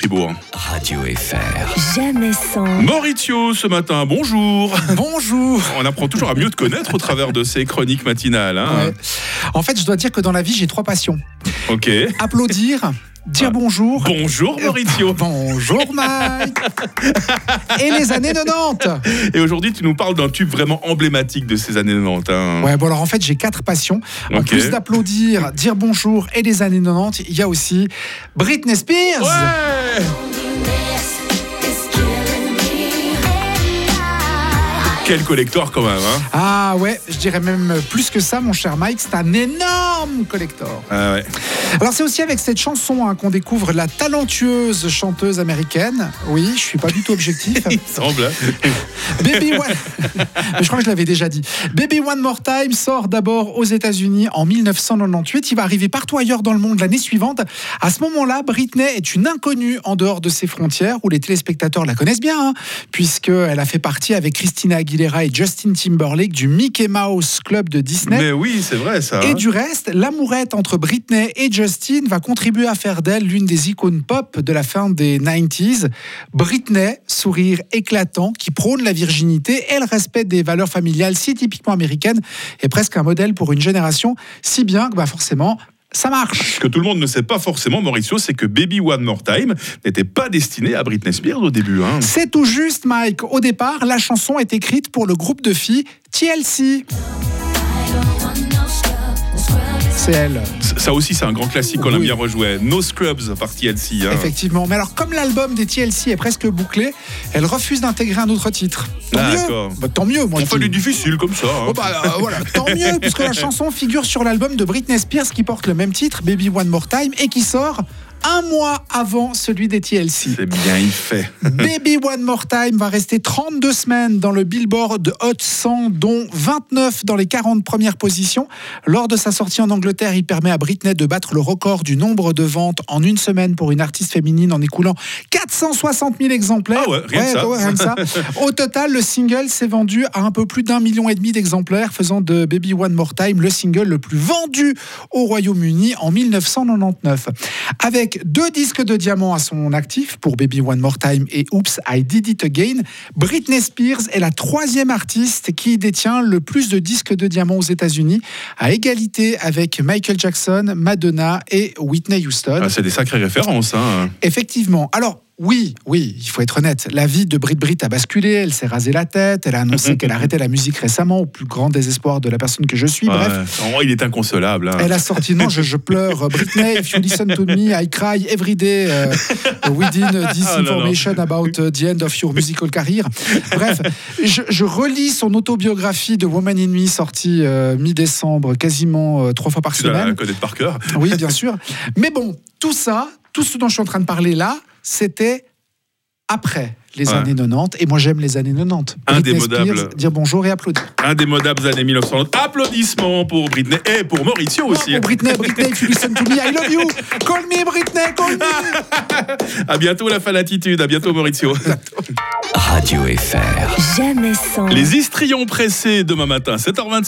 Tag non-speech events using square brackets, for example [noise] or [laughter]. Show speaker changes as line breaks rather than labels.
Fribourg.
Radio FR.
Jamais sans.
Maurizio, ce matin, bonjour.
Bonjour.
On apprend toujours à mieux te connaître au travers de ces chroniques matinales. hein.
Ouais. En fait, je dois dire que dans la vie, j'ai trois passions.
Ok.
Applaudir, dire bonjour.
Bonjour Maurizio. [laughs]
Bonjour Mike Et les années 90
Et aujourd'hui, tu nous parles d'un tube vraiment emblématique de ces années 90. hein.
Ouais, bon alors en fait j'ai quatre passions. En
Ok.
plus d'applaudir, dire bonjour et les années 90, il y a aussi Britney Spears
Ouais. Quel collector quand même. hein.
Ah ouais, je dirais même plus que ça mon cher Mike, c'est un énorme collector.
Ah ouais.
Alors c'est aussi avec cette chanson hein, qu'on découvre la talentueuse chanteuse américaine. Oui, je suis pas du tout
[laughs]
objectif.
Il semble. hein.
Baby One. Mais je crois que je l'avais déjà dit. Baby One More Time sort d'abord aux États-Unis en 1998. Il va arriver partout ailleurs dans le monde l'année suivante. À ce moment-là, Britney est une inconnue en dehors de ses frontières où les téléspectateurs la connaissent bien, hein, puisqu'elle a fait partie avec Christina Aguilera et Justin Timberlake du Mickey Mouse Club de Disney.
Mais oui, c'est vrai ça.
Et
hein.
du reste, l'amourette entre Britney et Justin va contribuer à faire d'elle l'une des icônes pop de la fin des 90s. Britney, sourire éclatant, qui prône la virginité et le respect des valeurs familiales si typiquement américaines, est presque un modèle pour une génération, si bien que bah forcément, ça marche.
Ce que tout le monde ne sait pas forcément, Maurizio, c'est que Baby One More Time n'était pas destiné à Britney Spears au début. hein.
C'est tout juste, Mike. Au départ, la chanson est écrite pour le groupe de filles TLC. C'est elle.
Ça- Ça aussi, c'est un grand classique qu'on a
Oui.
bien rejoué. No Scrubs par TLC. hein.
Effectivement. Mais alors, comme l'album des TLC est presque bouclé, elle refuse d'intégrer un autre titre. Tant
Ah, d'accord.
mieux. Bah, tant mieux, moi.
On
je
fait
dis.
du difficile comme ça. hein.
Oh, bah, euh, voilà,
[laughs]
tant mieux, puisque la chanson figure sur l'album de Britney Spears qui porte le même titre, Baby One More Time, et qui sort un mois avant celui des TLC.
C'est bien, il fait.
Baby One More Time va rester 32 semaines dans le Billboard Hot 100, dont 29 dans les 40 premières positions. Lors de sa sortie en Angleterre, il permet à Britney de battre le record du nombre de ventes en une semaine pour une artiste féminine en écoulant 460 000 exemplaires.
Ah ouais, rien que ça.
ouais, rien que ça. Au total, le single s'est vendu à un peu plus d'un million et demi d'exemplaires, faisant de Baby One More Time le single le plus vendu au Royaume-Uni en 1999. Avec deux disques de diamant à son actif pour Baby One More Time et Oops, I Did It Again, Britney Spears est la troisième artiste qui détient le plus de disques de diamant aux États-Unis, à égalité avec Michael Jackson, Madonna et Whitney Houston.
Ah, c'est des sacrées références. hein.
Effectivement. Alors, oui, oui, il faut être honnête. La vie de Brit Brit a basculé, elle s'est rasée la tête, elle
[laughs]
a annoncé qu'elle arrêtait la musique récemment, au plus grand désespoir de la personne que je suis. Bref,
Ouais. Oh, il est inconsolable. hein.
elle a sorti Non, je, je pleure, euh, Britney, if you listen to me, I cry every day euh,
[laughs]
within this
Ah, non, non.
information about euh, the end of your musical career. Bref, je, je relis son autobiographie de Woman in Me sortie euh, mi-décembre, quasiment euh, trois fois par
Tu dois la
semaine.
connaître par cœur. [laughs]
Oui, bien sûr. Mais bon, tout ça, tout ce dont je suis en train de parler là, c'était après les
Ouais.
années 90. Et moi, j'aime les années 90. Britney
Indémodable.
Spears, dire bonjour et applaudir.
Indémodables années 1990. Applaudissements pour Britney et pour Mauricio aussi.
Oh, Britney, Britney, if you listen to me, I love
[laughs]
you. Call me, Britney, call me.
À bientôt la fanatitude. À bientôt Mauricio.
Radio FR.
Jamais sans.
Les histrions pressés demain matin, 7h25.